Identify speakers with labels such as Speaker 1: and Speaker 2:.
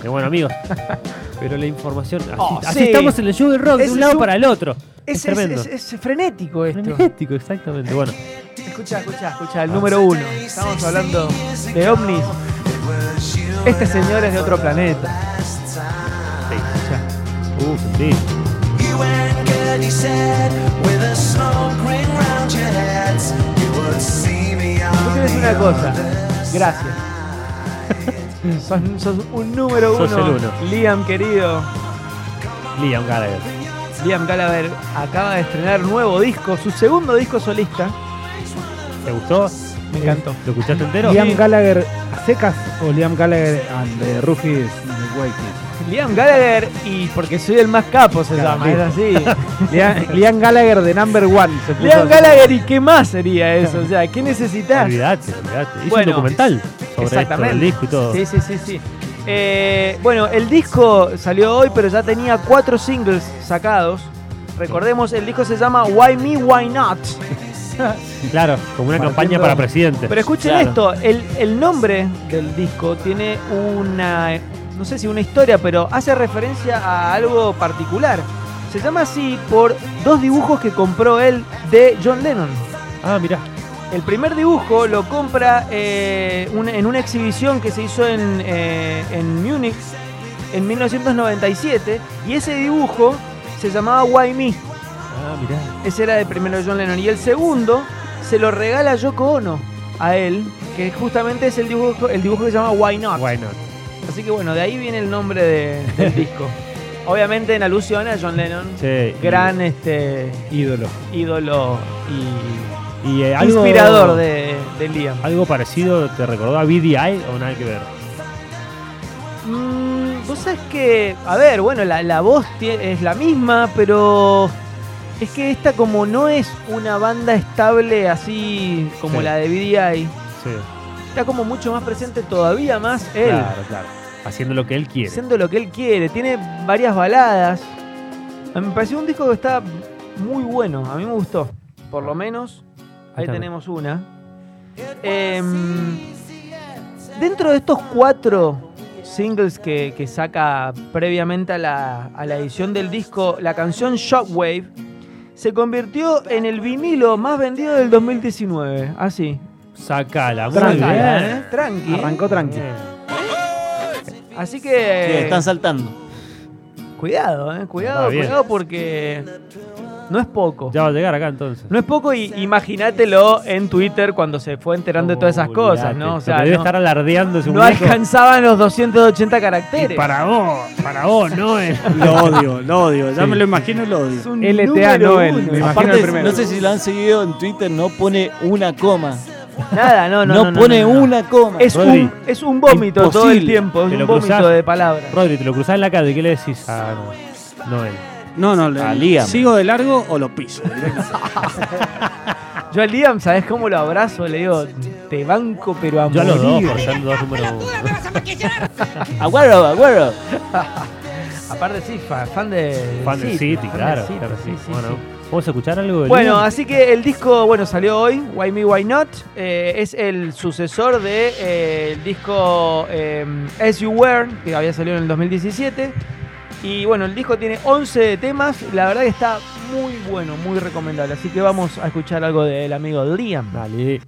Speaker 1: Pero bueno, amigos. Pero la información. Así,
Speaker 2: Oh,
Speaker 1: así
Speaker 2: sí.
Speaker 1: estamos en el show del rock, de
Speaker 2: Es-
Speaker 1: un
Speaker 2: es
Speaker 1: lado
Speaker 2: un-
Speaker 1: para el otro. Es,
Speaker 2: Es, es-
Speaker 1: tremendo.
Speaker 2: es- es frenético esto.
Speaker 1: Frenético, exactamente. Bueno,
Speaker 2: Escucha, escucha, escucha, el número uno. Estamos hablando de ovnis. Este señor es de otro planeta.
Speaker 1: uh, sí.
Speaker 3: You and Gertie said, with a smoke ring round your heads, you would see me on
Speaker 2: Tú tienes
Speaker 3: the
Speaker 2: una cosa.
Speaker 3: other
Speaker 2: Gracias. sos, sos un número uno.
Speaker 1: Sos el uno.
Speaker 2: Liam, querido.
Speaker 1: Liam Gallagher.
Speaker 2: Liam Gallagher acaba de estrenar nuevo disco, su segundo disco solista.
Speaker 1: ¿Te gustó?
Speaker 2: Me encantó.
Speaker 1: ¿Lo escuchaste entero?
Speaker 4: Liam
Speaker 1: Sí.
Speaker 4: Gallagher a secas o Liam Gallagher and the Rufus Wakefield.
Speaker 2: Liam Gallagher y porque soy el más capo se
Speaker 4: Claro,
Speaker 2: llama, es así.
Speaker 4: Liam, Liam Gallagher de number one. se puso
Speaker 2: Liam
Speaker 4: así.
Speaker 2: Gallagher y qué más sería eso, o sea, ¿qué necesitas?
Speaker 1: Olvídate, olvídate. Hizo
Speaker 2: Bueno,
Speaker 1: un documental sobre esto, el disco y todo.
Speaker 2: Sí, sí, sí, sí. Eh, bueno, el disco salió hoy, pero ya tenía cuatro singles sacados. Recordemos, el disco se llama Why Me, Why Not.
Speaker 1: Claro, como una campaña
Speaker 4: Partiendo-
Speaker 1: para presidente.
Speaker 2: Pero escuchen
Speaker 1: Claro.
Speaker 2: esto, el, el nombre del disco tiene una, no sé si una historia, pero hace referencia a algo particular. Se llama así por dos dibujos que compró él de John Lennon.
Speaker 1: Ah, mirá.
Speaker 2: El primer dibujo lo compra eh, un- en una exhibición que se hizo en, eh, en Múnich en 1997 y ese dibujo se llamaba Why Me.
Speaker 1: Ah, mirá.
Speaker 2: Ese era el primero de John Lennon. Y el segundo se lo regala Yoko Ono a él, que justamente es el dibujo, el dibujo que se llama Why Not.
Speaker 1: Why not?
Speaker 2: Así que bueno, de ahí viene el nombre de- del disco. Obviamente en alusión a John Lennon,
Speaker 1: Che, y-
Speaker 2: gran este
Speaker 4: ídolo.
Speaker 2: ídolo
Speaker 1: y, eh,
Speaker 2: y
Speaker 1: algo-
Speaker 2: inspirador de, de Liam.
Speaker 1: Algo parecido te recordó a BDI o nada que ver.
Speaker 2: Mm, Vos sabés que, a ver, bueno, la, la voz tie- es la misma, pero es que esta como no es una banda estable así como
Speaker 1: Sí.
Speaker 2: la de BDI,
Speaker 1: Sí.
Speaker 2: está como mucho más presente todavía más él,
Speaker 1: Claro, claro. Haciendo lo que él quiere.
Speaker 2: haciendo lo que él quiere, tiene varias baladas. A mí me pareció un disco que está muy bueno, a mí me gustó, por lo menos. Ahí
Speaker 1: está.
Speaker 2: tenemos una. Em, dentro de estos cuatro singles que, que saca previamente a la, a la edición del disco, la canción Shockwave se convirtió en el vinilo más vendido del 2019. Así.
Speaker 1: Sacala, muy
Speaker 4: Tranqui,
Speaker 1: bien.
Speaker 2: Ah, ¿eh? Tranqui. ¿eh?
Speaker 4: Arrancó tranqui.
Speaker 2: Así
Speaker 5: Sí,
Speaker 2: que.
Speaker 5: están saltando.
Speaker 2: Cuidado, eh.
Speaker 1: Va
Speaker 2: Cuidado,
Speaker 1: bien.
Speaker 2: cuidado porque. No es poco.
Speaker 1: Ya va a llegar acá entonces.
Speaker 2: No es poco y imagínatelo en Twitter cuando se fue enterando de todas
Speaker 1: Oh,
Speaker 2: esas cosas, ¿no? O sea,
Speaker 1: debe
Speaker 2: no,
Speaker 1: estar alardeando ese
Speaker 2: no alcanzaban los 280 caracteres.
Speaker 1: Para vos, para vos, no es.
Speaker 5: Lo odio, lo odio. Ya
Speaker 1: Sí.
Speaker 5: me lo imagino y lo odio.
Speaker 2: Es un
Speaker 4: LTA
Speaker 2: número
Speaker 4: Noel,
Speaker 2: uno.
Speaker 4: me imagino
Speaker 2: Aparte,
Speaker 4: el
Speaker 5: Aparte,
Speaker 4: primero.
Speaker 5: no sé si lo han seguido en Twitter, no pone una coma.
Speaker 2: Nada, no,
Speaker 5: No,
Speaker 2: no. no, no,
Speaker 5: pone
Speaker 2: no, no.
Speaker 5: una coma.
Speaker 2: Es
Speaker 1: Rodri,
Speaker 2: un, es un vómito todo el
Speaker 5: imposible.
Speaker 2: tiempo, es
Speaker 1: Te
Speaker 2: un
Speaker 1: lo
Speaker 2: vómito
Speaker 1: cruzás.
Speaker 2: de palabras.
Speaker 1: Rodri, te lo cruzás en la calle, ¿qué le decís Ah, a Noel?
Speaker 5: No, no, le-
Speaker 6: A Liam.
Speaker 5: ¿Sigo de largo o lo piso?
Speaker 2: Yo al Liam, ¿sabes cómo lo abrazo? Le digo, te banco, pero a
Speaker 1: Yo a los dos,
Speaker 2: morir.
Speaker 1: por ser dos números uno.
Speaker 6: Agüero, agüero.
Speaker 2: Aparte, sí, fa- fan, de.
Speaker 1: Fan del City, claro. claro,
Speaker 2: sí,
Speaker 1: sí.
Speaker 2: sí,
Speaker 1: Bueno,
Speaker 2: sí.
Speaker 1: ¿vamos a escuchar algo de
Speaker 2: Bueno,
Speaker 1: Liam?
Speaker 2: así que el disco, bueno, salió hoy, Why Me, Why Not. eh, es el sucesor del de, eh, el disco eh, As You Were, que había salido en el 2017. Y bueno, el disco tiene 11 temas. y La verdad que está muy bueno, muy recomendable. Así que vamos a escuchar algo del amigo Liam.
Speaker 1: Dale.